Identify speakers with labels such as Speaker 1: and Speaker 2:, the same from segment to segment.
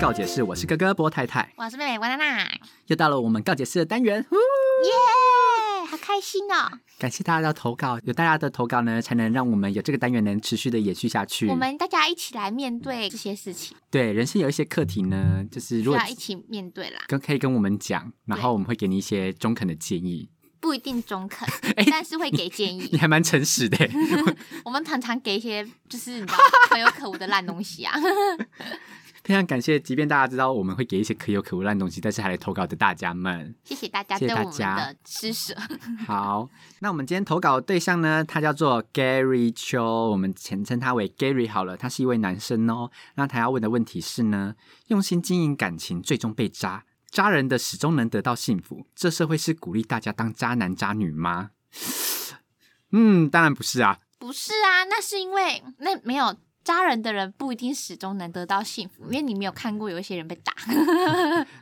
Speaker 1: 告解室，我是哥哥波太太，
Speaker 2: 我是妹妹王娜娜，
Speaker 1: 又到了我们告解室的单元，呼
Speaker 2: 耶，好开心哦！
Speaker 1: 感谢大家的投稿，有大家的投稿呢，才能让我们有这个单元能持续的延续下去。
Speaker 2: 我们大家一起来面对这些事情，
Speaker 1: 对人生有一些课题呢，就是
Speaker 2: 需
Speaker 1: 如果
Speaker 2: 啊要一起面对啦，
Speaker 1: 跟可以跟我们讲，然后我们会给你一些中肯的建议。
Speaker 2: 不一定中肯，
Speaker 1: 哎
Speaker 2: 但是会给建
Speaker 1: 你
Speaker 2: 议。
Speaker 1: 还蛮诚实的耶，
Speaker 2: 我们常常给一些就是你知道可有可无的烂东西啊，
Speaker 1: 非常感谢。即便大家知道我们会给一些可有可无烂东西，但是还来投稿的大家们，
Speaker 2: 谢谢大家对
Speaker 1: 谢谢
Speaker 2: 我
Speaker 1: 大
Speaker 2: 们
Speaker 1: 家
Speaker 2: 的施舍。
Speaker 1: 好，那我们今天投稿的对象呢，他叫做 Gary Cho，我们简称他为 Gary 好了。他是一位男生哦。那他要问的问题是呢，用心经营感情，最终被渣，渣人的始终能得到幸福，这社会是鼓励大家当渣男渣女吗？嗯，当然不是啊。
Speaker 2: 不是啊，那是因为那没有扎人的人不一定始终能得到幸福，因为你没有看过有一些人被打，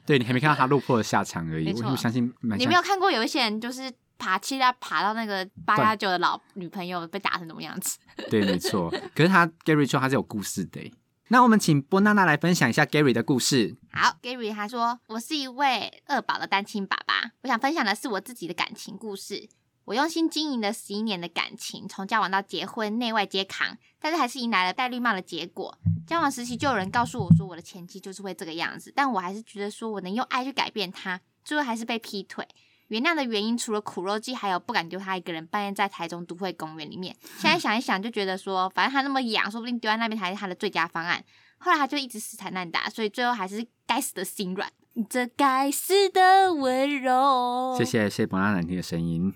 Speaker 1: 对你还没看到他落魄的下场而已。
Speaker 2: 没
Speaker 1: 我
Speaker 2: 错
Speaker 1: 因为相信蛮
Speaker 2: 你
Speaker 1: 像
Speaker 2: 没有看过有一些人就是爬七他爬到那个八加九的老女朋友被打成什么样子。
Speaker 1: 对，没错。可是他 Gary 说他是有故事的耶。那我们请波娜娜来分享一下 Gary 的故事。
Speaker 2: 好，Gary 他说：“我是一位二宝的单亲爸爸，我想分享的是我自己的感情故事。我用心经营了十一年的感情，从交往到结婚，内外皆扛，但是还是迎来了戴绿帽的结果。
Speaker 1: 嗯
Speaker 2: 交往时期就有人告诉我说我的前妻就是会这个样子，但我还是觉得说我能用爱去改变他，最后还是被劈腿。”原谅的原因除了苦肉计，还有不敢丢他一个人半夜在台中都会公园里 面。现在想一想，就觉得说，反正他那么痒，说不定丢在那边才是他的最佳方案。后来他就一直死缠烂打，所以最后还是该死的心软。这该死的温柔。
Speaker 1: 谢。谢谢谢波娜娜你的声音。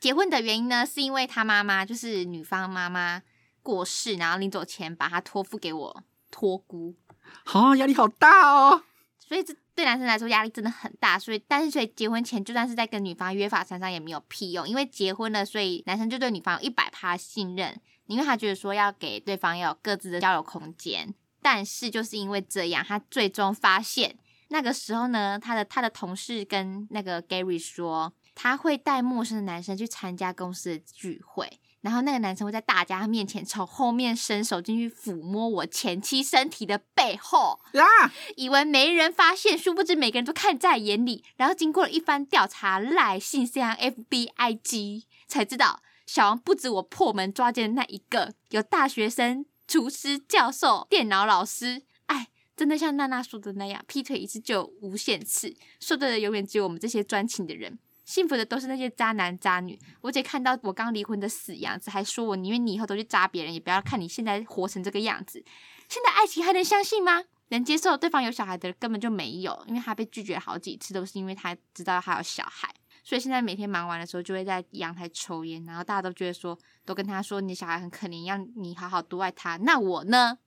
Speaker 2: 结婚的原因呢，是因为他妈妈就是女方妈妈过世，然后临走前把他托付给我托孤，
Speaker 1: 好、压力好大哦。
Speaker 2: 所以这对男生来说压力真的很大。所以，但是所以结婚前就算是在跟女方约法三章也没有屁用，因为结婚了，所以男生就对女方有一百趴信任，因为他觉得说要给对方要有各自的交流空间。但是就是因为这样，他最终发现那个时候呢，他的他的同事跟那个 Gary 说，他会带陌生的男生去参加公司的聚会。然后那个男生会在大家面前从后面伸手进去抚摸我前妻身体的背后，
Speaker 1: 啊，
Speaker 2: 以为没人发现，殊不知每个人都看在眼里。然后经过了一番调查，赖信箱、FBIG 才知道，小王不止我破门抓奸的那一个，有大学生、厨师、教授、电脑老师。哎，真的像娜娜说的那样，劈腿一次就有无限次，受罪的永远只有我们这些专情的人。幸福的都是那些渣男渣女。我姐看到我刚离婚的死样子，还说我宁愿你以后都去渣别人，也不要看你现在活成这个样子。现在爱情还能相信吗？能接受对方有小孩的人根本就没有，因为他被拒绝好几次，都是因为他知道他有小孩。所以现在每天忙完的时候，就会在阳台抽烟，然后大家都觉得说，都跟他说你的小孩很可怜，要你好好多爱他。那我呢？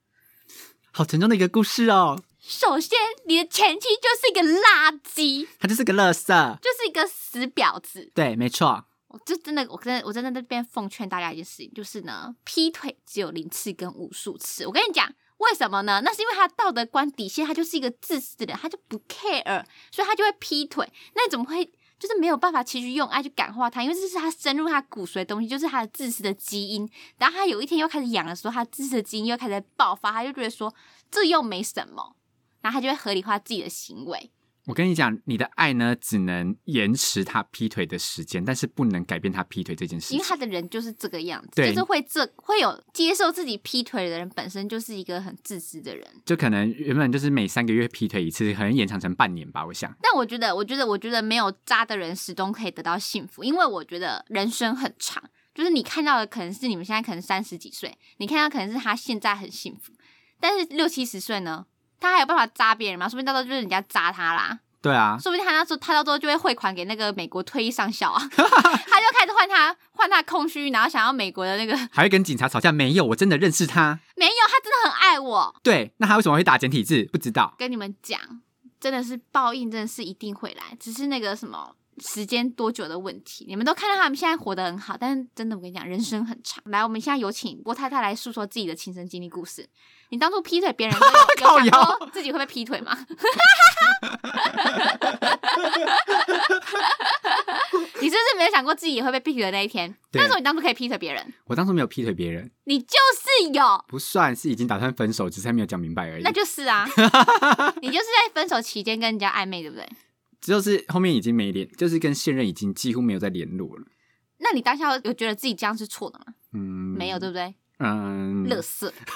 Speaker 1: 好沉重的一个故事哦。
Speaker 2: 首先，你的前妻就是一个垃圾，
Speaker 1: 他就是个乐色。
Speaker 2: 就是一个死婊子。
Speaker 1: 对，没错，
Speaker 2: 我就真的，我真的，我真的在这边奉劝大家一件事情，就是呢，劈腿只有零次跟无数次。我跟你讲，为什么呢？那是因为他的道德观底线，他就是一个自私的人，他就不 care，所以他就会劈腿。那你怎么会就是没有办法持续用爱去感化他？因为这是他深入他骨髓的东西，就是他的自私的基因。然后他有一天又开始养的时候，他自私的基因又开始爆发，他就觉得说这又没什么，然后他就会合理化自己的行为。
Speaker 1: 我跟你讲，你的爱呢，只能延迟他劈腿的时间，但是不能改变他劈腿这件事
Speaker 2: 因
Speaker 1: 情
Speaker 2: 为。他的人就是这个样子，
Speaker 1: 对
Speaker 2: 就是会这会有接受自己劈腿的人，本身就是一个很自私的人。
Speaker 1: 就可能原本就是每三个月劈腿一次，可能延长成半年吧。我想，
Speaker 2: 但我觉得，我觉得，我觉得没有渣的人始终可以得到幸福，因为我觉得人生很长，就是你看到的可能是你们现在可能三十几岁，你看到可能是他现在很幸福，但是六七十岁呢，他还有办法渣别人吗？说不定到时候就是人家渣他啦，
Speaker 1: 对啊，
Speaker 2: 说不定他那时候他到时候就会汇款给那个美国退役上 校啊，他就开始换他换他空虚，然后想要美国的那个
Speaker 1: 还会跟警察吵架。没有，我真的认识他。
Speaker 2: 没有，他真的很爱我。
Speaker 1: 对，那他为什么会打简体字？不知道。
Speaker 2: 跟你们讲，真的是报应，真的是一定会来，只是那个什么时间多久的问题。你们都看到他们现在活得很好，但是真的，我跟你讲，人生很长。来，我们现在有请郭太太来诉说自己的亲身经历故事。你当初劈腿别人，有
Speaker 1: 靠
Speaker 2: 有
Speaker 1: 腰
Speaker 2: 想过自己会被劈腿吗？ 你是不是没有想过自己也会被劈腿的那一天？
Speaker 1: 对
Speaker 2: 但是你当初可以劈腿别人，
Speaker 1: 我当初没有劈腿别人，
Speaker 2: 你就是是有，
Speaker 1: 不算是已经打算分手，只是还没有讲明白而已。
Speaker 2: 那就是 啊，你就是在分手期间跟人家暧昧，对不对？
Speaker 1: 只就是后面已经没联，就是跟现任已经几乎没有再联络了。
Speaker 2: 那你当下有觉得自己这样是错的吗？
Speaker 1: 嗯，
Speaker 2: 没有，对不对？
Speaker 1: 嗯，
Speaker 2: 乐色。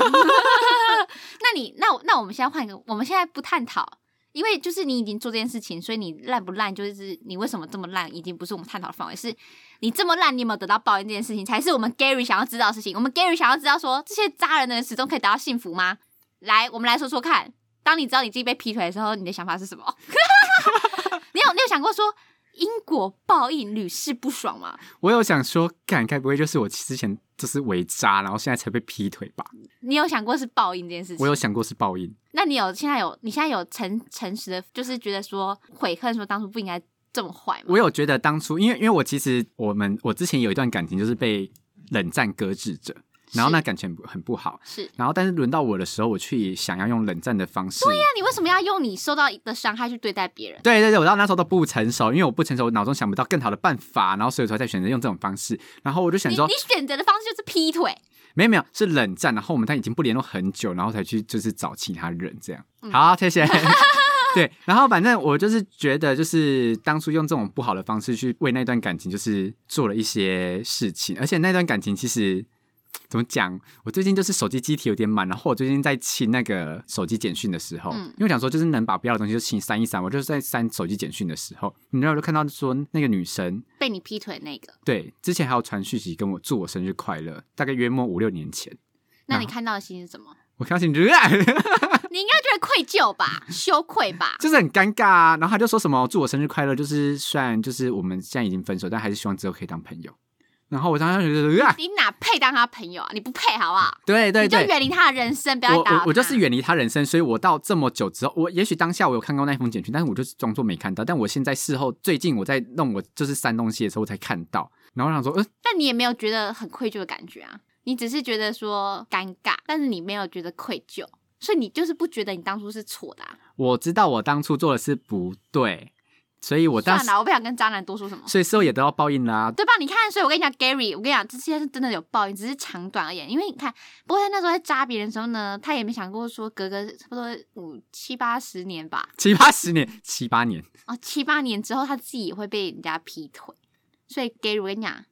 Speaker 2: 那你那我那我们现在换一个，我们现在不探讨，因为就是你已经做这件事情，所以你烂不烂，就是你为什么这么烂，已经不是我们探讨的范围，是你这么烂，你有没有得到报应这件事情，才是我们 Gary 想要知道的事情。我们 Gary 想要知道说，这些渣人的人始终可以得到幸福吗？来，我们来说说看，当你知道你自己被劈腿的时候，你的想法是什么？ 你有你有想过说因果报应屡试不爽吗？
Speaker 1: 我有想说，干该不会就是我之前就是为渣，然后现在才被劈腿吧？
Speaker 2: 你有想过是报应这件事情？
Speaker 1: 我有想过是报应，
Speaker 2: 那你有现在有你现在有诚诚实的，就是觉得说悔恨，说当初不应该这么坏吗？
Speaker 1: 我有觉得当初，因为因为我其实我们我之前有一段感情就是被冷战搁置着，然后那感情很不很不好。
Speaker 2: 是，
Speaker 1: 然后，但是轮到我的时候，我去想要用冷战的方式。对呀、
Speaker 2: 那你为什么要用你受到的伤害去对待别人？
Speaker 1: 对对对，我到那时候都不成熟，因为我不成熟，我脑中想不到更好的办法，然后所以我才选择用这种方式。然后我就想
Speaker 2: 你
Speaker 1: 说
Speaker 2: 你，选择的方式就是劈腿，
Speaker 1: 没有没有，是冷战，然后我们他已经不联络很久，然后才去就是找其他人这样。好，谢谢。对，然后反正我就是觉得，就是当初用这种不好的方式去为那段感情，就是做了一些事情，而且那段感情其实怎么讲，我最近就是手机机体有点满，然后我最近在清那个手机简讯的时候，
Speaker 2: 嗯
Speaker 1: 因为我想说就是能把不要的东西就清删一删，我就是在删手机简讯的时候，你知道我就看到说那个女生
Speaker 2: 被你劈腿那个，
Speaker 1: 对之前还有传讯息跟我祝我生日快乐，大概约莫五六年前。
Speaker 2: 那
Speaker 1: 然后
Speaker 2: 你看到的心情是什么？
Speaker 1: 我看到你热爱，
Speaker 2: 你应该觉得愧疚吧，羞愧 吧？
Speaker 1: 就是很尴尬啊。然后他就说什么“祝我生日快乐”，就是虽然就是我们现在已经分手，但还是希望之后可以当朋友。然后我当时就觉得，啊，
Speaker 2: 你哪配当他朋友啊？你不配好不好？
Speaker 1: 对对
Speaker 2: 你就
Speaker 1: 对，
Speaker 2: 远离他的人生，不要再
Speaker 1: 我
Speaker 2: 打扰
Speaker 1: 我我就
Speaker 2: 他
Speaker 1: 是远离他人生，所以我到这么久之后，我也许当下我有看到那封简讯，但是我就是装作没看到。但我现在事后最近我在弄我就是删东西的时候我才看到，然后我想说，呃，
Speaker 2: 但你也没有觉得很愧疚的感觉啊，你只是觉得说尴尬，但是你没有觉得愧疚，所以你就是不觉得你当初是错的、啊。
Speaker 1: 我知道我当初做的是不对，所以我当
Speaker 2: 算
Speaker 1: 时
Speaker 2: 了，我不想跟渣男多说什么，
Speaker 1: 所以事后也得到报应啦、
Speaker 2: 对吧？你看，所以我跟你讲，Gary，我跟你讲，这些是真的有报应，只是长短而已。因为你看，不过他那时候在渣别人的时候呢，他也没想过说隔个差不多五七八十年吧，
Speaker 1: 七八十年，七八年，
Speaker 2: 哦，七八年之后他自己也会被人家劈腿，所以 Gary，我跟你讲，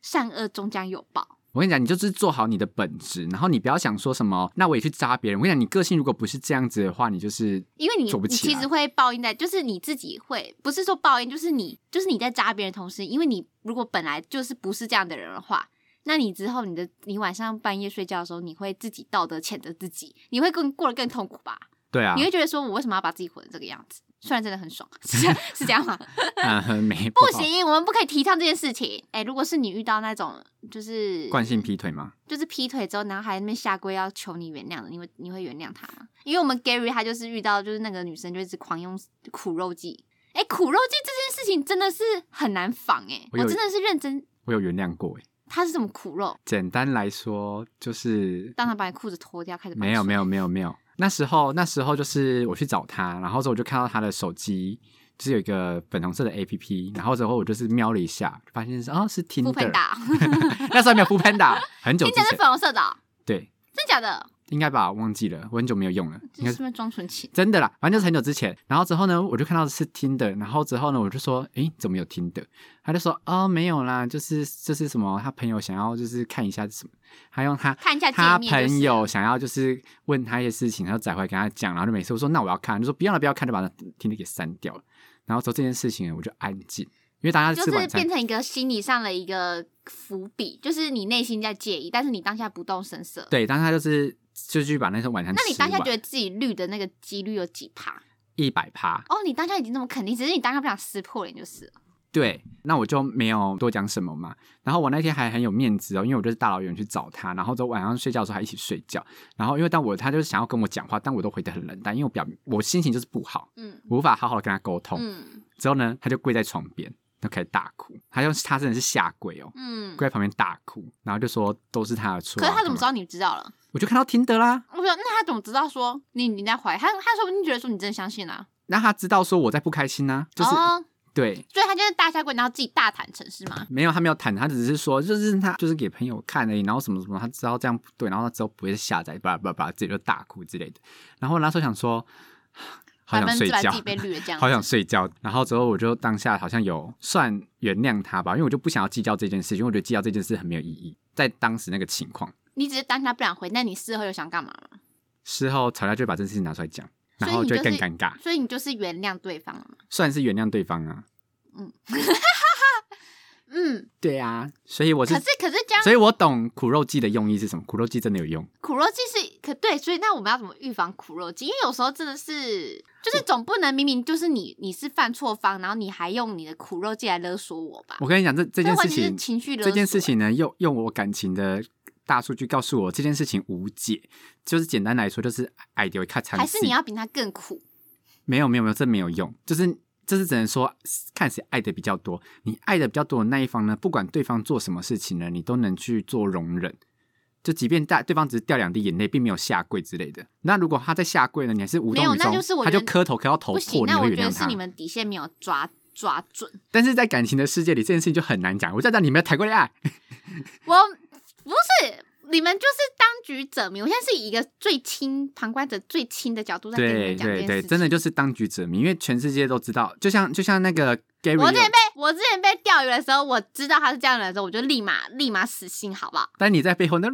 Speaker 2: 善恶终将有报。
Speaker 1: 我跟你讲，你就是做好你的本职，然后你不要想说什么，那我也去扎别人。我跟你讲，你个性如果不是这样子的话，你就是
Speaker 2: 因为你
Speaker 1: 做不
Speaker 2: 你
Speaker 1: 起
Speaker 2: 其
Speaker 1: 来
Speaker 2: 实会报应在，就是你自己会，不是说报应，就是你就是你在扎别人的同时，因为你如果本来就是不是这样的人的话，那你之后你的你晚上半夜睡觉的时候，你会自己道德谴责自己，你会更过得更痛苦吧？
Speaker 1: 对啊
Speaker 2: 你，会觉得说我为什么要把自己活成这个样子？虽然真的很 爽，是这样是这样吗？
Speaker 1: 嗯，没
Speaker 2: 不
Speaker 1: 好
Speaker 2: 行，我们不可以提倡这件事情。哎、如果是你遇到那种就是
Speaker 1: 惯性劈腿吗？
Speaker 2: 就是劈腿之后，然后还在那边下跪要求你原谅的，你会你会原谅他吗？因为我们 Gary 他就是遇到就是那个女生就一直狂用苦肉计，哎、苦肉计这件事情真的是很难防哎、我
Speaker 1: 我有
Speaker 2: 真的是认真，
Speaker 1: 我有原谅过诶。
Speaker 2: 他是什么苦肉？
Speaker 1: 简单来说，就是
Speaker 2: 当他把你裤子脱掉，开始
Speaker 1: 没有没
Speaker 2: 有，
Speaker 1: 有没有没有。那时候那时候就是我去找他，然后之后我就看到他的手机。就是有一个粉红色的 A P P，然后之后我就是瞄了一下，发现是哦是
Speaker 2: 不喷
Speaker 1: Tinder，
Speaker 2: 打，
Speaker 1: 那时候还没有 f o o Panda，很久
Speaker 2: 你
Speaker 1: 之
Speaker 2: 讲是
Speaker 1: 前，
Speaker 2: 粉红色的哦、
Speaker 1: 对，
Speaker 2: 真假的？
Speaker 1: 应该吧，忘记了，我很久没有用了，
Speaker 2: 这
Speaker 1: 应该
Speaker 2: 是不是装纯情？
Speaker 1: 真的啦，反正就是很久之前。然后之后呢，我就看到是听的，然后之后呢，我就说，诶，怎么有听的？他就说，哦，没有啦，就是就是什么，他朋友想要就是看一下什么，他用他
Speaker 2: 看一下界
Speaker 1: 他
Speaker 2: 面就是
Speaker 1: 朋友想要就是问他一些事情，然后载回来跟他讲，然后就每次我说那我要看，就说不要了不要看，就把他听的给删掉了。然后之后这件事情我就安静，因为大家
Speaker 2: 就
Speaker 1: 吃晚
Speaker 2: 是
Speaker 1: 餐
Speaker 2: 变成一个心理上的一个伏笔，就是你内心在介意，但是你当下不动声色。
Speaker 1: 对，但是他就是就去把那顿晚餐吃
Speaker 2: 那
Speaker 1: 完，
Speaker 2: 你当下觉得自己绿的那个几率有几趴？
Speaker 1: 一百趴，
Speaker 2: 哦，你当下已经那么肯定，只是你当下不想撕破脸就是了。
Speaker 1: 对，那我就没有多讲什么嘛。然后我那天还很有面子哦，因为我就是大老远去找他，然后就晚上睡觉的时候还一起睡觉。然后因为但我他就是想要跟我讲话，但我都回得很冷淡，因为我表我心情就是不好，
Speaker 2: 嗯
Speaker 1: 我无法好好的跟他沟通。
Speaker 2: 嗯
Speaker 1: 之后呢，他就跪在床边，就开始大哭。他就他真的是下跪哦，
Speaker 2: 嗯。
Speaker 1: 跪在旁边大哭，然后就说都是他的错
Speaker 2: 可
Speaker 1: 啊、
Speaker 2: 是他怎么知
Speaker 1: 干
Speaker 2: 道
Speaker 1: 嘛？
Speaker 2: 你知道了？
Speaker 1: 我就看到听的啦。
Speaker 2: 我说，那他怎么知道说你你在怀疑他？他说不定觉得说你真的相信啊。
Speaker 1: 那他知道说我在不开心啊，就是、
Speaker 2: 哦、
Speaker 1: 对，
Speaker 2: 所以他就是大下跪，然后自己大谈城市嘛。
Speaker 1: 没有，他没有谈，他只是说，就是他就是给朋友看而已，然后什么什么，他知道这样不对，然后他之后不会下载，叭叭叭，自己就大哭之类的。然后我那时候想说，
Speaker 2: 百
Speaker 1: 好想
Speaker 2: 分
Speaker 1: 睡
Speaker 2: 之百
Speaker 1: 觉
Speaker 2: 自己，被绿这样
Speaker 1: 好
Speaker 2: 子。
Speaker 1: 想睡觉。然后之后我就当下好像有算原谅他吧，因为我就不想要计较这件事，因为我觉得计较这件事很没有意义。在当时那个情况，
Speaker 2: 你只是当下不想回，那你事后又想干嘛嘛？所
Speaker 1: 事后吵架就会把这件事情拿出来讲，然
Speaker 2: 以
Speaker 1: 后
Speaker 2: 你
Speaker 1: 就会
Speaker 2: 就
Speaker 1: 更
Speaker 2: 是
Speaker 1: 尴尬，
Speaker 2: 所以你就是原谅对方了嘛？
Speaker 1: 算是原谅对方啊。
Speaker 2: 嗯，
Speaker 1: 对啊，所以我是
Speaker 2: 可，是可是这样
Speaker 1: 所以我懂苦肉计的用意是什么，苦肉计真的有用。
Speaker 2: 苦肉计是可对，所以那我们要怎么预防苦肉计？因为有时候真的是，就是总不能明明就是你你是犯错方，然后你还用你的苦肉计来勒索我吧？
Speaker 1: 我跟你讲，这
Speaker 2: 这
Speaker 1: 这件
Speaker 2: 完
Speaker 1: 事
Speaker 2: 全是
Speaker 1: 情，
Speaker 2: 情绪勒索、
Speaker 1: 这件事情呢，用用我感情的大数据告诉我，这件事情无解。就是简单来说，就是矮丢看
Speaker 2: 欸
Speaker 1: 惨。
Speaker 2: 还是你要比他更苦？
Speaker 1: 没有没有没有，这没有用，就是。就是只能说看谁爱的比较多，你爱的比较多的那一方呢，不管对方做什么事情呢，你都能去做容忍。就即便大对方只是掉两滴眼泪，并没有下跪之类的。那如果他在下跪呢，你还是无动
Speaker 2: 没有
Speaker 1: 于
Speaker 2: 那
Speaker 1: 衷，
Speaker 2: 就是我
Speaker 1: 他就
Speaker 2: 觉得
Speaker 1: 磕头磕到头
Speaker 2: 不行，
Speaker 1: 破，你
Speaker 2: 那我
Speaker 1: 会
Speaker 2: 觉
Speaker 1: 原
Speaker 2: 得
Speaker 1: 谅他
Speaker 2: 是你。们底线没有抓抓准。
Speaker 1: 但是在感情的世界里，这件事情就很难讲。我在讲你没有谈过恋爱，
Speaker 2: 我不是你们就是当局者迷，我现在是以一个最轻旁观者最轻的角度在跟你
Speaker 1: 对
Speaker 2: 们讲这件
Speaker 1: 对
Speaker 2: 事
Speaker 1: 对，
Speaker 2: 情
Speaker 1: 真的就是当局者迷，因为全世界都知道，就像就像那个 Gary，
Speaker 2: 我之前
Speaker 1: 有
Speaker 2: 被我之前被钓鱼的时候，我知道他是这样的人的时候，我就立马立马死心，好不好？
Speaker 1: 但你在背后那，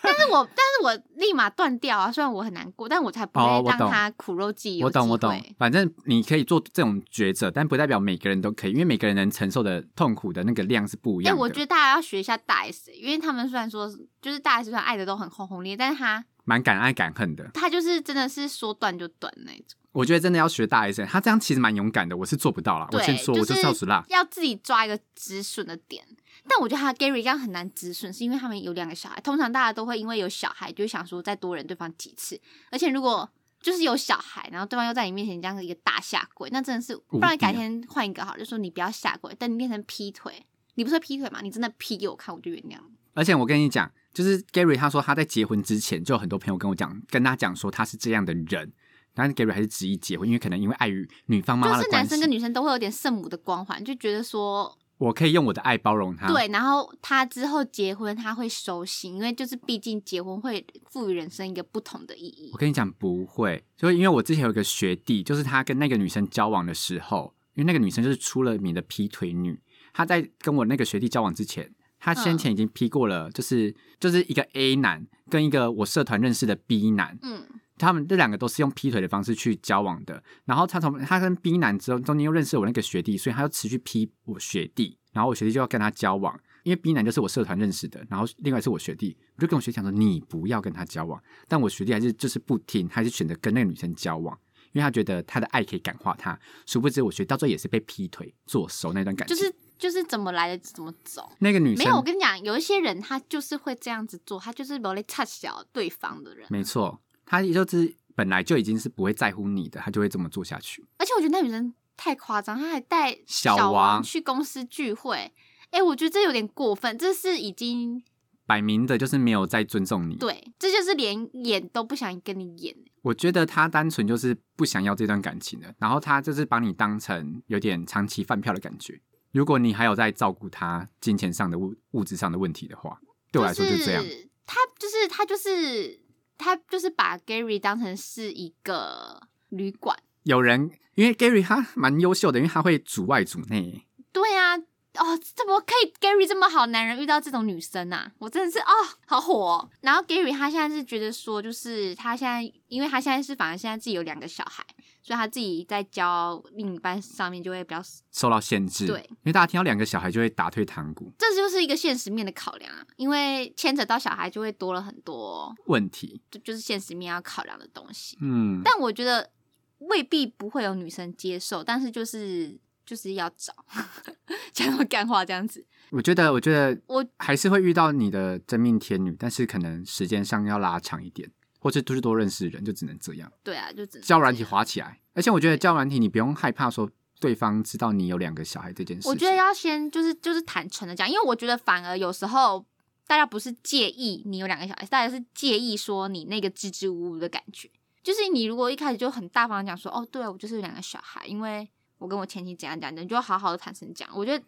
Speaker 2: 但是我但是我立马断掉啊，虽然我很难过，但我才不
Speaker 1: 哦
Speaker 2: 会
Speaker 1: 我
Speaker 2: 让
Speaker 1: 懂
Speaker 2: 他 苦肉计有
Speaker 1: 我
Speaker 2: 机
Speaker 1: 懂
Speaker 2: 会。
Speaker 1: 我懂，反正你可以做这种抉择，但不代表每个人都可以，因为每个人能承受的痛苦的那个量是不一
Speaker 2: 哎、
Speaker 1: 样的。
Speaker 2: 我觉得大家要学一下大 S，因为他们虽然说就是大 S 虽然爱的都很轰轰烈烈，但是他
Speaker 1: 蛮敢爱敢恨的，
Speaker 2: 他就是真的是说断就断那种。
Speaker 1: 我觉得真的要学大 S，他这样其实蛮勇敢的，我是做不到啊啦。我
Speaker 2: 对，
Speaker 1: 先说，
Speaker 2: 就
Speaker 1: 我就是是要死啦。
Speaker 2: 要自己抓一个止损的点。但我觉得他 Gary 这样很难止损，是因为他们有两个小孩。通常大家都会因为有小孩，就会想说再多忍对方几次。而且如果就是有小孩，然后对方又在你面前这样子一个大下跪，那真的是，
Speaker 1: 无
Speaker 2: 不然
Speaker 1: 敌啊
Speaker 2: 改天换一个好了，就说你不要下跪，但你变成劈腿，你不是劈腿吗？你真的劈给我看，我就原谅你。
Speaker 1: 而且我跟你讲，就是 Gary 他说他在结婚之前就有很多朋友跟我讲，跟他讲说他是这样的人，但是 Gary 还是执意结婚，因为可能因为碍于女方妈妈
Speaker 2: 就
Speaker 1: 的
Speaker 2: 是
Speaker 1: 关
Speaker 2: 男
Speaker 1: 系，
Speaker 2: 生跟女生都会有点圣母的光环，就觉得说
Speaker 1: 我可以用我的爱包容他。
Speaker 2: 对，然后他之后结婚，他会收心，因为就是毕竟结婚会赋予人生一个不同的意义
Speaker 1: 我。跟你讲不会，就是因为我之前有一个学弟，就是他跟那个女生交往的时候，因为那个女生就是出了名的劈腿女，她在跟我那个学弟交往之前，她先前已经劈过了，就是、就是一个 A 男跟一个我社团认识的 B 男，
Speaker 2: 嗯，
Speaker 1: 他们这两个都是用劈腿的方式去交往的。然后他从他跟 B 男之后，中间又认识我那个学弟，所以他又持续劈我学弟，然后我学弟就要跟他交往。因为 B 男就是我社团认识的，然后另外是我学弟，我就跟我学弟讲说你不要跟他交往，但我学弟还是就是不听，他还是选择跟那个女生交往，因为他觉得他的爱可以感化他。殊不知我学弟到最后也是被劈腿坐手那段感
Speaker 2: 就
Speaker 1: 情，
Speaker 2: 是就是怎么来的怎么走。
Speaker 1: 那个女
Speaker 2: 没
Speaker 1: 生
Speaker 2: 有，我跟你讲，有一些人他就是会这样子做，他就是不会差小对方的人。
Speaker 1: 没错，他就是本来就已经是不会在乎你的，他就会这么做下去。
Speaker 2: 而且我觉得那女生太夸张，她还带
Speaker 1: 小
Speaker 2: 王
Speaker 1: 王
Speaker 2: 去公司聚会。哎、我觉得这有点过分，这是已经
Speaker 1: 摆明的就是没有在尊重你，
Speaker 2: 对，这就是连演都不想跟你演。
Speaker 1: 我觉得他单纯就是不想要这段感情的，然后他就是把你当成有点长期饭票的感觉。如果你还有在照顾他金钱上的物物质上的问题的话，对我来说就是这样。
Speaker 2: 是他就是他就是他就是把 Gary 当成是一个旅馆。
Speaker 1: 有人因为 Gary 他蛮优秀的，因为他会主外主内，
Speaker 2: 对啊，哦，怎么可以 Gary 这么好男人遇到这种女生啊？我真的是哦，好火、哦。然后 Gary 他现在是觉得说，就是他现在，因为他现在是反而现在自己有两个小孩，所以他自己在教另一半上面就会比较，
Speaker 1: 受到限制。
Speaker 2: 对
Speaker 1: 因为大家听到两个小孩就会打退堂鼓
Speaker 2: 这就是一个现实面的考量啊。因为牵扯到小孩就会多了很多，
Speaker 1: 问题。
Speaker 2: 就就是现实面要考量的东西。
Speaker 1: 嗯，
Speaker 2: 但我觉得未必不会有女生接受，但是就是就是要找， 讲什么干话这样子。
Speaker 1: 我觉得，我觉得
Speaker 2: 我
Speaker 1: 还是会遇到你的真命天女，但是可能时间上要拉长一点，或是多去多认识人，就只能这样。
Speaker 2: 对啊，就只能
Speaker 1: 交友软
Speaker 2: 这
Speaker 1: 体
Speaker 2: 样
Speaker 1: 滑起来。而且我觉得交友软体你不用害怕说对方知道你有两个小孩这件事情。
Speaker 2: 我觉得要先就是就是坦诚的讲，因为我觉得反而有时候大家不是介意你有两个小孩，大家是介意说你那个支支吾吾的感觉。就是你如果一开始就很大方的讲说，哦，对啊，我就是有两个小孩，因为我跟我前妻怎样讲的，你就好好的坦诚讲。我觉得，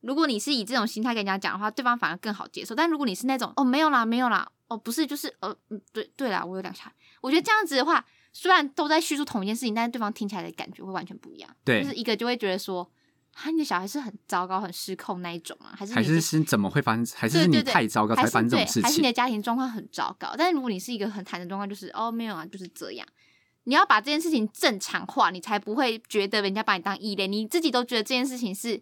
Speaker 2: 如果你是以这种心态跟人家讲的话，对方反而更好接受。但如果你是那种哦没有啦，没有啦，哦不是，就是呃，嗯，对对啦，我有两下。我觉得这样子的话，虽然都在叙述同一件事情，但是对方听起来的感觉会完全不一样。
Speaker 1: 对
Speaker 2: 就是一个就会觉得说，啊，你的小孩是很糟糕、很失控那一种啊，还是
Speaker 1: 还
Speaker 2: 你
Speaker 1: 是
Speaker 2: 的
Speaker 1: 是怎么会发生？还是
Speaker 2: 对
Speaker 1: 是你
Speaker 2: 对对
Speaker 1: 太糟糕才
Speaker 2: 还
Speaker 1: 会
Speaker 2: 是
Speaker 1: 发生这种
Speaker 2: 对
Speaker 1: 事
Speaker 2: 还是你的
Speaker 1: 情？
Speaker 2: 家庭状况很糟糕。但是如果你是一个很坦诚状况，就是哦没有啊，就是这样。你要把这件事情正常化，你才不会觉得人家把你当异类。你自己都觉得这件事情是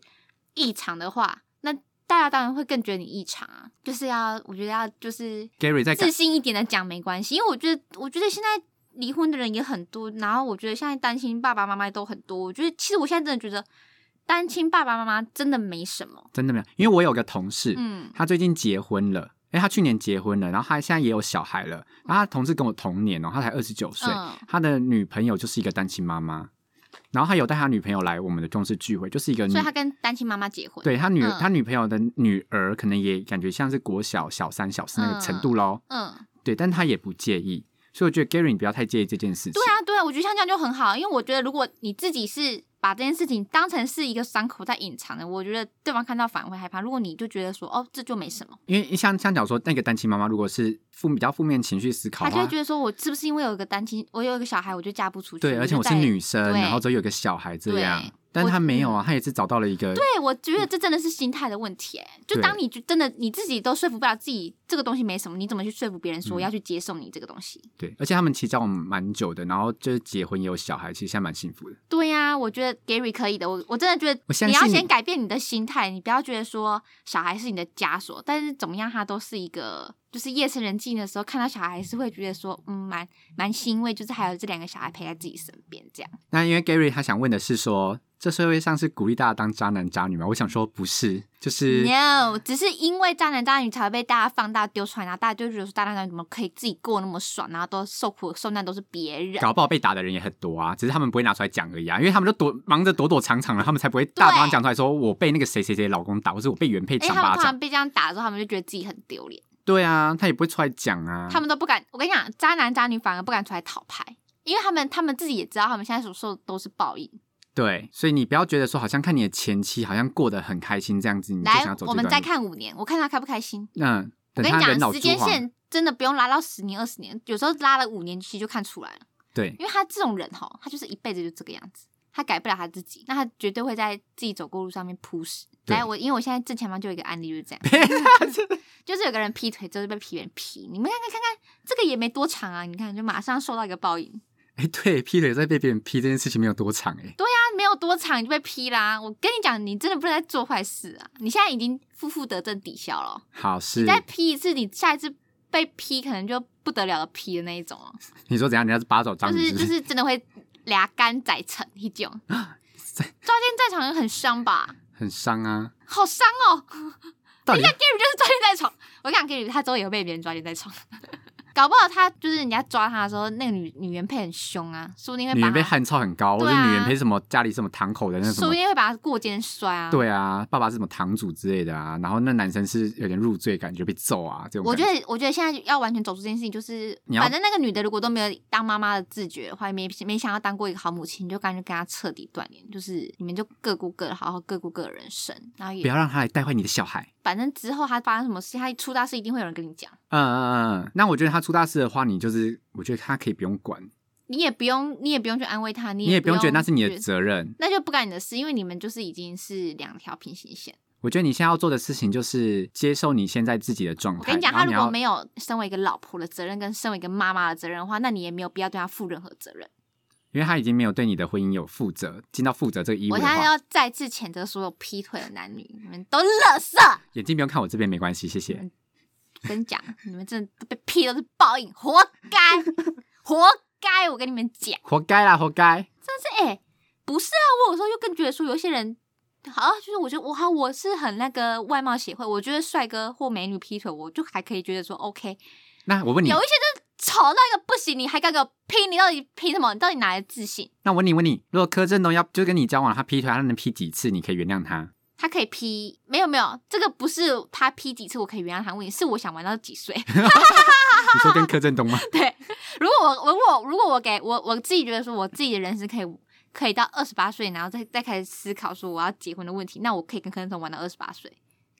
Speaker 2: 异常的话，那大家当然会更觉得你异常啊。就是要，我觉得要就是。
Speaker 1: Gary 在改
Speaker 2: 自信一点的讲没关系，因为我觉得，我觉得现在离婚的人也很多，然后我觉得现在单亲爸爸妈妈都很多。我觉得其实我现在真的觉得单亲爸爸妈妈真的没什么，
Speaker 1: 真的没有，因为我有个同事，
Speaker 2: 嗯，
Speaker 1: 他最近结婚了，哎，他去年结婚了，然后他现在也有小孩了。然后他同事跟我同年哦，他才二十九岁，
Speaker 2: 嗯
Speaker 1: 他的女朋友就是一个单亲妈妈，然后他有带他女朋友来我们的公司聚会，就是一个女
Speaker 2: 所以他跟单亲妈妈结婚，
Speaker 1: 嗯对他女、
Speaker 2: 嗯
Speaker 1: 他女朋友的女儿，可能也感觉像是国小小三小四那个程度喽。
Speaker 2: 嗯，
Speaker 1: 对，但他也不介意，所以我觉得 Gary 你不要太介意这件事情。
Speaker 2: 对啊，对啊，我觉得像这样就很好，因为我觉得如果你自己是把这件事情当成是一个伤口在隐藏的，我觉得对方看到反而会害怕。如果你就觉得说哦这就没什么，
Speaker 1: 因为像像讲说那个单亲妈妈，如果是负比较负面情绪思考
Speaker 2: 他
Speaker 1: 的
Speaker 2: 就会
Speaker 1: 话
Speaker 2: 觉，得说我是不是因为有一个单亲，我有一个小孩我就嫁不出去，
Speaker 1: 对，而且
Speaker 2: 就
Speaker 1: 我是
Speaker 2: 再也
Speaker 1: 女生，
Speaker 2: 对
Speaker 1: 然后之后有个小孩这样
Speaker 2: 对，
Speaker 1: 但
Speaker 2: 我
Speaker 1: 他没有啊，他也是找到了一个
Speaker 2: 对，我觉得这真的是心态的问题、欸。就
Speaker 1: 嗯对
Speaker 2: 当你就真的你自己都说服不了自己，这个东西没什么，你怎么去说服别人
Speaker 1: 嗯
Speaker 2: 说要去接受你这个东西？
Speaker 1: 对，而且他们其实交往蛮久的，然后就是结婚也有小孩，其实现在蛮幸福的。
Speaker 2: 对呀、我觉得 Gary 可以的。我我真的觉
Speaker 1: 我
Speaker 2: 得
Speaker 1: 相
Speaker 2: 你要
Speaker 1: 信你
Speaker 2: 先改变你的心态，你不要觉得说小孩是你的枷锁，但是怎么样，他都是一个，就是夜深人静的时候看到小孩是会觉得说，嗯，蛮蛮欣慰，就是还有这两个小孩陪在自己身边这样。
Speaker 1: 那因为 Gary 他想问的是说，这社会上是鼓励大家当渣男渣女吗？我想说不是，就是。
Speaker 2: No，只是因为渣男渣女才会被大家放大丢出来，然后大家就觉得说渣男渣女怎么可以自己过那么爽，然后都受苦受难都是别人。
Speaker 1: 搞不好被打的人也很多啊，只是他们不会拿出来讲而已啊，因为他们就躲忙着躲躲藏藏了，他们才不会大方讲出来说，我被那个谁谁谁老公打，或者我被原配
Speaker 2: 哎，
Speaker 1: 赏
Speaker 2: 他们
Speaker 1: 巴
Speaker 2: 通
Speaker 1: 掌。
Speaker 2: 常被这样打的时候，他们就觉得自己很丢脸，
Speaker 1: 对啊，他也不会出来讲啊。
Speaker 2: 他们都不敢。我跟你讲，渣男渣女反而不敢出来讨牌，因为他们他们自己也知道，他们现在所受的都是报应。
Speaker 1: 对，所以你不要觉得说，好像看你的前妻好像过得很开心这样嗯子，你就
Speaker 2: 来
Speaker 1: 想要走，这
Speaker 2: 我们
Speaker 1: 段
Speaker 2: 再
Speaker 1: 路
Speaker 2: 看五年，我看他开不开心。
Speaker 1: 嗯，
Speaker 2: 我
Speaker 1: 等
Speaker 2: 跟你
Speaker 1: 他人老
Speaker 2: 讲，
Speaker 1: 啊珠
Speaker 2: 时间
Speaker 1: 黄
Speaker 2: 线真的不用拉到十年、二十年，有时候拉了五年，其实就看出来了。
Speaker 1: 对，
Speaker 2: 因为他这种人哈，他就是一辈子就这个样子，他改不了他自己，那他绝对会在自己走过路上面扑死。
Speaker 1: 对
Speaker 2: 来，我因为我现在正前方就有一个案例就是这样，就是有个人劈腿之后就被别人劈，你们看看看看，这个也没多长啊，你看就马上受到一个报应，
Speaker 1: 哎、对， 劈腿在被别人劈这件事情没有多长哎、
Speaker 2: 他没有多长你就被劈啦。我跟你讲，你真的不能再做坏事啊，你现在已经负负得正抵消了，
Speaker 1: 好
Speaker 2: 你
Speaker 1: 是，
Speaker 2: 再劈一次，你下一次被劈可能就不得了的劈的那一种哦，
Speaker 1: 你说怎样？人家是八爪章
Speaker 2: 就
Speaker 1: 鱼
Speaker 2: 是
Speaker 1: 是不？
Speaker 2: 就是是真的会俩干宰成一种，抓
Speaker 1: 在
Speaker 2: 奸在床很伤吧？
Speaker 1: 很伤啊。
Speaker 2: 好伤哦
Speaker 1: 到底
Speaker 2: ！Gary 就是抓奸在床，我跟你讲 Gary 他之后也会被别人抓奸在床， 搞不好他就是人家抓他的时候，那个女女原配很凶啊，说不定会
Speaker 1: 女
Speaker 2: 把
Speaker 1: 人
Speaker 2: 他
Speaker 1: 被汉超很高，或
Speaker 2: 对
Speaker 1: 者
Speaker 2: 啊
Speaker 1: 女人配什么家里什么堂口的那什
Speaker 2: 说不
Speaker 1: 么，
Speaker 2: 定会把他过肩摔啊。，
Speaker 1: 对啊，爸爸是什么堂主之类的啊，然后那男生是有点入罪感觉被揍啊这种
Speaker 2: 我
Speaker 1: 感
Speaker 2: 觉
Speaker 1: 觉。
Speaker 2: 得我觉得现在要完全走出这件事情，就是
Speaker 1: 你要
Speaker 2: 反正那个女的如果都没有当妈妈的自觉的话，也没没想要当过一个好母亲，你就干脆跟她彻底断联，就是你们就各顾各的，好好各顾各的人生，然后
Speaker 1: 不
Speaker 2: 也
Speaker 1: 要让他来带坏你的小孩。
Speaker 2: 反正之后她发生什么事，她一出大事一定会有人跟你讲。
Speaker 1: 嗯嗯嗯，那我觉得他出大事的话，你就是我觉得他可以不用管，
Speaker 2: 你也不用，你也不用去安慰她，你
Speaker 1: 你也不用觉得那是你
Speaker 2: 觉
Speaker 1: 的责任。
Speaker 2: 那就不干你的事，因为你们就是已经是两条平行线。
Speaker 1: 我觉得你现在要做的事情就是接受你现在自己的状态。
Speaker 2: 我跟你讲，
Speaker 1: 然
Speaker 2: 他
Speaker 1: 后
Speaker 2: 如
Speaker 1: 你
Speaker 2: 果
Speaker 1: 要
Speaker 2: 没有身为一个老婆的责任，跟身为一个妈妈的责任的话，那你也没有必要对他负任何责任。
Speaker 1: 因为他已经没有对你的婚姻有负责，尽到负责这个义务
Speaker 2: 我
Speaker 1: 的
Speaker 2: 现在
Speaker 1: 话，
Speaker 2: 要再次谴责所有劈腿的男女，你们都是垃圾！
Speaker 1: 眼睛不用看我这边没关系，谢谢。
Speaker 2: 嗯跟你讲，你们真的被劈都是报应，活该，活该！我跟你们讲，
Speaker 1: 活该啦，活该。
Speaker 2: 但是哎、不是啊，我有时候就更觉得说，有一些人。好啊，就是我觉得我好，我是很那个外貌协会，我觉得帅哥或美女劈腿，我就还可以觉得说 OK，
Speaker 1: 那我问你
Speaker 2: 有，一些就是丑到一个不行，你还敢给我拼？你到底拼什么？你到底哪来的自信？
Speaker 1: 那我问你，问你，如果柯震东要就跟你交往，他劈腿，他能劈几次？你可以原谅他？
Speaker 2: 他可以劈，没有没有，这个不是他劈几次我可以原谅他问题，是我想玩到几岁。
Speaker 1: 你说跟柯震东吗？
Speaker 2: 对，如果我如果如果我给我我自己觉得说我自己的人生可以可以到二十八岁，然后再再开始思考说我要结婚的问题，那我可以跟柯震东玩到二十八岁。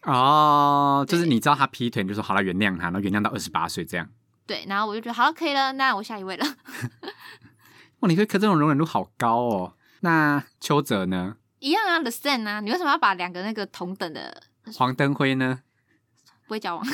Speaker 1: 哦，就是
Speaker 2: 对
Speaker 1: 你知道他劈腿，你就说好了，原谅他，然后原谅到二十八岁这样。
Speaker 2: 对，然后我就觉得好了，可以了，那我下一位了。
Speaker 1: 哇，你对柯震东容忍度好高哦。那邱泽呢？
Speaker 2: 一样啊，The Sun 啊，你为什么要把两个那个同等的
Speaker 1: 黄登辉呢？
Speaker 2: 不会交往？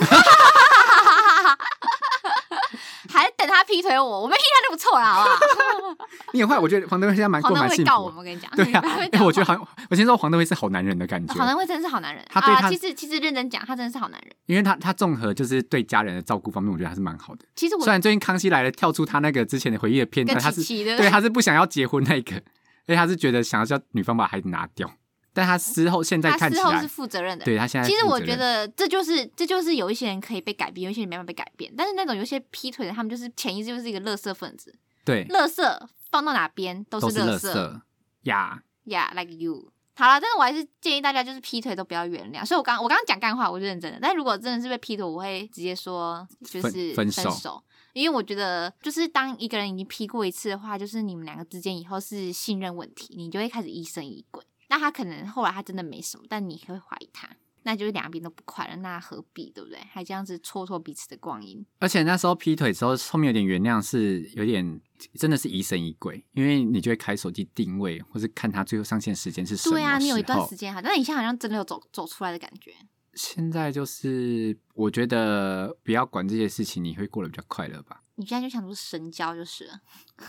Speaker 2: 还等他劈腿我，我们劈他就不错了，好不好？
Speaker 1: 你很坏，我觉得黄登辉现在蛮过
Speaker 2: 黄
Speaker 1: 蛮
Speaker 2: 灯
Speaker 1: 幸
Speaker 2: 会
Speaker 1: 福
Speaker 2: 告我
Speaker 1: 的。
Speaker 2: 们，我跟你讲。
Speaker 1: 对 呀、
Speaker 2: 他会
Speaker 1: 哎
Speaker 2: 告
Speaker 1: 我觉得黄，我先说黄登辉是好男人的感觉，
Speaker 2: 黄灯会真的是好男人
Speaker 1: 他对他
Speaker 2: 啊。其实其实认真讲，他真的是好男人。
Speaker 1: 因为他他综合就是对家人的照顾方面，我觉得还是蛮好的。
Speaker 2: 其实我
Speaker 1: 虽然最近康熙来了跳出他那个之前的回忆的片段，
Speaker 2: 跟
Speaker 1: 他
Speaker 2: 琪
Speaker 1: 是
Speaker 2: 琪的，
Speaker 1: 对，他是不想要结婚那个，而且他是觉得想要叫女方把孩子拿掉，但他事后现在
Speaker 2: 他
Speaker 1: 看起
Speaker 2: 事后是
Speaker 1: 来，
Speaker 2: 负责任的。
Speaker 1: 对他现在
Speaker 2: 其实
Speaker 1: 负
Speaker 2: 我
Speaker 1: 责
Speaker 2: 觉
Speaker 1: 任
Speaker 2: 得这就是这就是有一些人可以被改变，有一些人没办法被改变。但是那种有一些劈腿的，他们就是潜意识就是一个垃圾分子，
Speaker 1: 对
Speaker 2: 垃圾放到哪边都是
Speaker 1: 都是
Speaker 2: 垃圾。
Speaker 1: 圾呀，
Speaker 2: Yeah，like you。好了，但是我还是建议大家就是劈腿都不要原谅。所以我刚我刚刚讲干话，我是认真的。但如果真的是被劈腿，我会直接说就
Speaker 1: 分
Speaker 2: 是
Speaker 1: 分手
Speaker 2: 手，因为我觉得就是当一个人已经劈过一次的话，就是你们两个之间以后是信任问题，你就会开始疑神疑鬼。那他可能后来他真的没什么，但你会怀疑他，那就是两边都不快乐，那何必对不对？还这样子戳破彼此的光阴。
Speaker 1: 而且那时候劈腿之后，后面有点原谅是有点真的是疑神疑鬼，因为你就会开手机定位，或是看他最后上线时间是什么
Speaker 2: 对啊，你有一段
Speaker 1: 候
Speaker 2: 时间哈，但你现在好像真的有走走出来的感觉。
Speaker 1: 现在就是我觉得不要管这些事情，你会过得比较快乐吧。
Speaker 2: 你现在就想说神交就是了。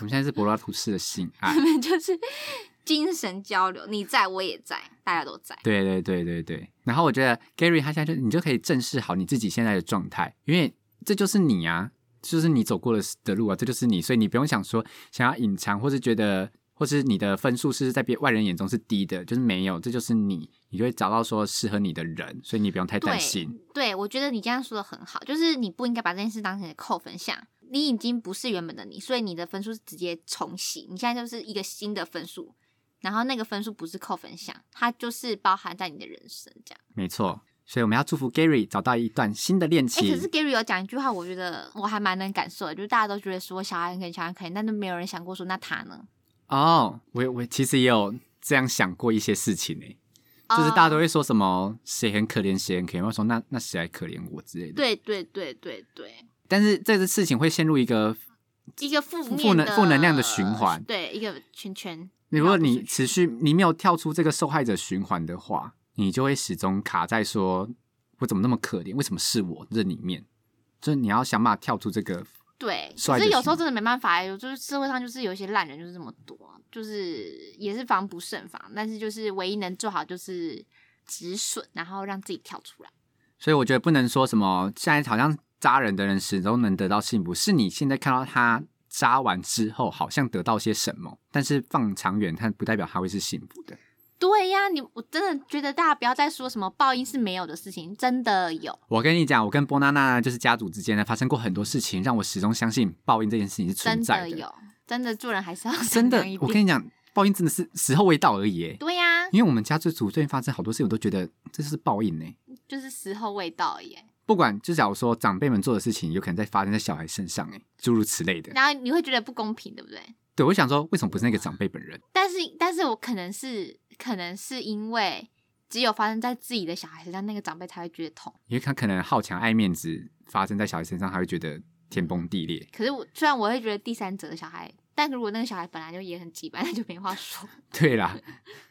Speaker 1: 我们现在是柏拉图式的性爱
Speaker 2: 他，们 就是精神交流，你在我也在，大家都在。
Speaker 1: 对对对对对。然后我觉得 Gary 他现在就你就可以正视好你自己现在的状态，因为这就是你啊，这就是你走过的的路啊，这就是你，所以你不用想说想要隐藏，或是觉得，或是你的分数是在别外人眼中是低的，就是没有，这就是你，你就会找到说适合你的人，所以你不用太担心。
Speaker 2: 对，我觉得你这样说的很好，就是你不应该把这件事当成扣分项，你已经不是原本的你，所以你的分数是直接重洗，你现在就是一个新的分数，然后那个分数不是扣分项，它就是包含在你的人生这样。
Speaker 1: 没错，所以我们要祝福 Gary 找到一段新的恋
Speaker 2: 哎、
Speaker 1: 情。
Speaker 2: 可是 Gary 有讲一句话，我觉得我还蛮能感受的，就是大家都觉得说小孩很可怜，小孩很可怜，但都没有人想过说那他呢？
Speaker 1: 哦，我我其实也有这样想过一些事情呢、就是大家都
Speaker 2: 哦
Speaker 1: 会说什么谁很可怜，谁很可怜，我说那那谁来可怜我之类的。，
Speaker 2: 对对对对对，
Speaker 1: 但是这个事情会陷入一个，
Speaker 2: 一个负面
Speaker 1: 负能
Speaker 2: 的
Speaker 1: 负能量的循环
Speaker 2: 对，一个圈圈。
Speaker 1: 如
Speaker 2: 绕
Speaker 1: 果你
Speaker 2: 不出去
Speaker 1: 持续你没有跳出这个受害者循环的话，你就会始终卡在说我怎么那么可怜，为什么是我这里面？就是你要想办法跳出这个，
Speaker 2: 对，
Speaker 1: 帅
Speaker 2: 可
Speaker 1: 的
Speaker 2: 是有时候
Speaker 1: 行
Speaker 2: 真的没办法，有就是社会上就是有一些烂人就是这么多，就是也是防不胜防，但是就是唯一能做好就是止损，然后让自己跳出来。
Speaker 1: 所以我觉得不能说什么现在好像扎人的人始终能得到幸福，是你现在看到他扎完之后好像得到些什么，但是放长远看不代表他会是幸福的。
Speaker 2: 对呀，你我真的觉得大家不要再说什么报应是没有的事情，真的有。
Speaker 1: 我跟你讲，我跟波娜娜就是家族之间呢发生过很多事情，让我始终相信报应这件事情是存
Speaker 2: 真
Speaker 1: 在
Speaker 2: 的
Speaker 1: 的。
Speaker 2: 有，真的做人还是要
Speaker 1: 真
Speaker 2: 善
Speaker 1: 的
Speaker 2: 良一，
Speaker 1: 我
Speaker 2: 点
Speaker 1: 跟你讲，报应真的是时候未到而已耶。
Speaker 2: 对呀、
Speaker 1: 因为我们家最族最近发生好多事，我都觉得这就是报应呢。
Speaker 2: 就是时候未到耶。
Speaker 1: 不管就假如说长辈们做的事情，有可能在发生在小孩身上，哎，诸如此类的。
Speaker 2: 然后你会觉得不公平，对不对？
Speaker 1: 对，我想说，为什么不是那个长辈本人？
Speaker 2: 但是，但是我可能是，可能是因为只有发生在自己的小孩身上，那个长辈才会觉得痛。
Speaker 1: 因为他可能好强爱面子，发生在小孩身上，他会觉得天崩地裂。
Speaker 2: 可是我虽然我会觉得第三者的小孩，但如果那个小孩本来就也很鸡巴，那就没话说。
Speaker 1: 对啦，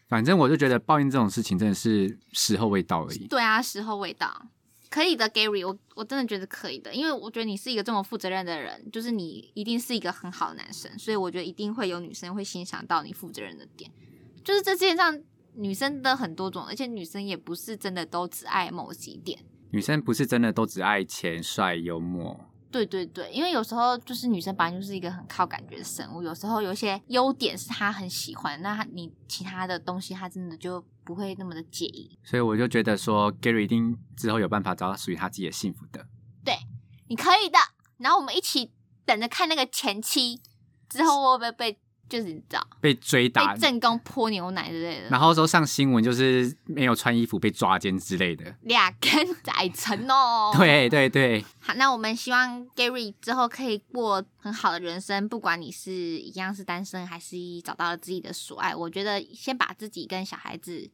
Speaker 1: 反正我就觉得报应这种事情真的是时候未到而已。
Speaker 2: 对啊，时候未到，可以的，Gary，我我真的觉得可以的，因为我觉得你是一个这么负责任的人，就是你一定是一个很好的男生，所以我觉得一定会有女生会欣赏到你负责任的点。就是这世界上女生的很多种，而且女生也不是真的都只爱某几点。
Speaker 1: 女生不是真的都只爱钱、帅、幽默，
Speaker 2: 对对对，因为有时候就是女生本来就是一个很靠感觉的生物，有时候有一些优点是她很喜欢，那她你其他的东西她真的就不会那么的介意。
Speaker 1: 所以我就觉得说，Gary 一定之后有办法找到属于他自己的幸福的。
Speaker 2: 你可以的，然后我们一起等着看那个前期之后会不会被就是你知道
Speaker 1: 被追打
Speaker 2: 被，正宫泼牛奶之类的，
Speaker 1: 然后说上新闻就是没有穿衣服被抓奸之类的。
Speaker 2: 俩 根宰成哦。
Speaker 1: 对对对，
Speaker 2: 好，那我们希望 Gary 之后可以过很好的人生，不管你是一样是单身，还是找到了自己的所爱，我觉得先把自己跟小孩子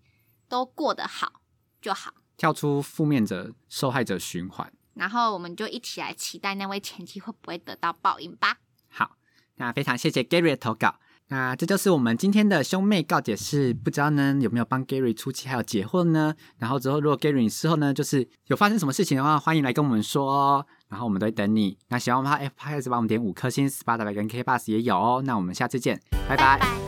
Speaker 2: 都过得好就好。
Speaker 1: 跳出负面者、受害者循环。
Speaker 2: 然后我们就一起来期待那位前妻会不会得到报应吧。
Speaker 1: 好，那非常谢谢 Gary 的投稿。那这就是我们今天的兄妹告解室，不知道呢有没有帮 Gary 出气还有解惑呢？然后之后如果 Gary 你事后呢就是有发生什么事情的话，欢迎来跟我们说哦。然后我们都会等你。那喜欢我们的 F P S 帮我们点五颗星，Spotify 跟 K Bus 也有哦。那我们下次见，拜拜
Speaker 2: 拜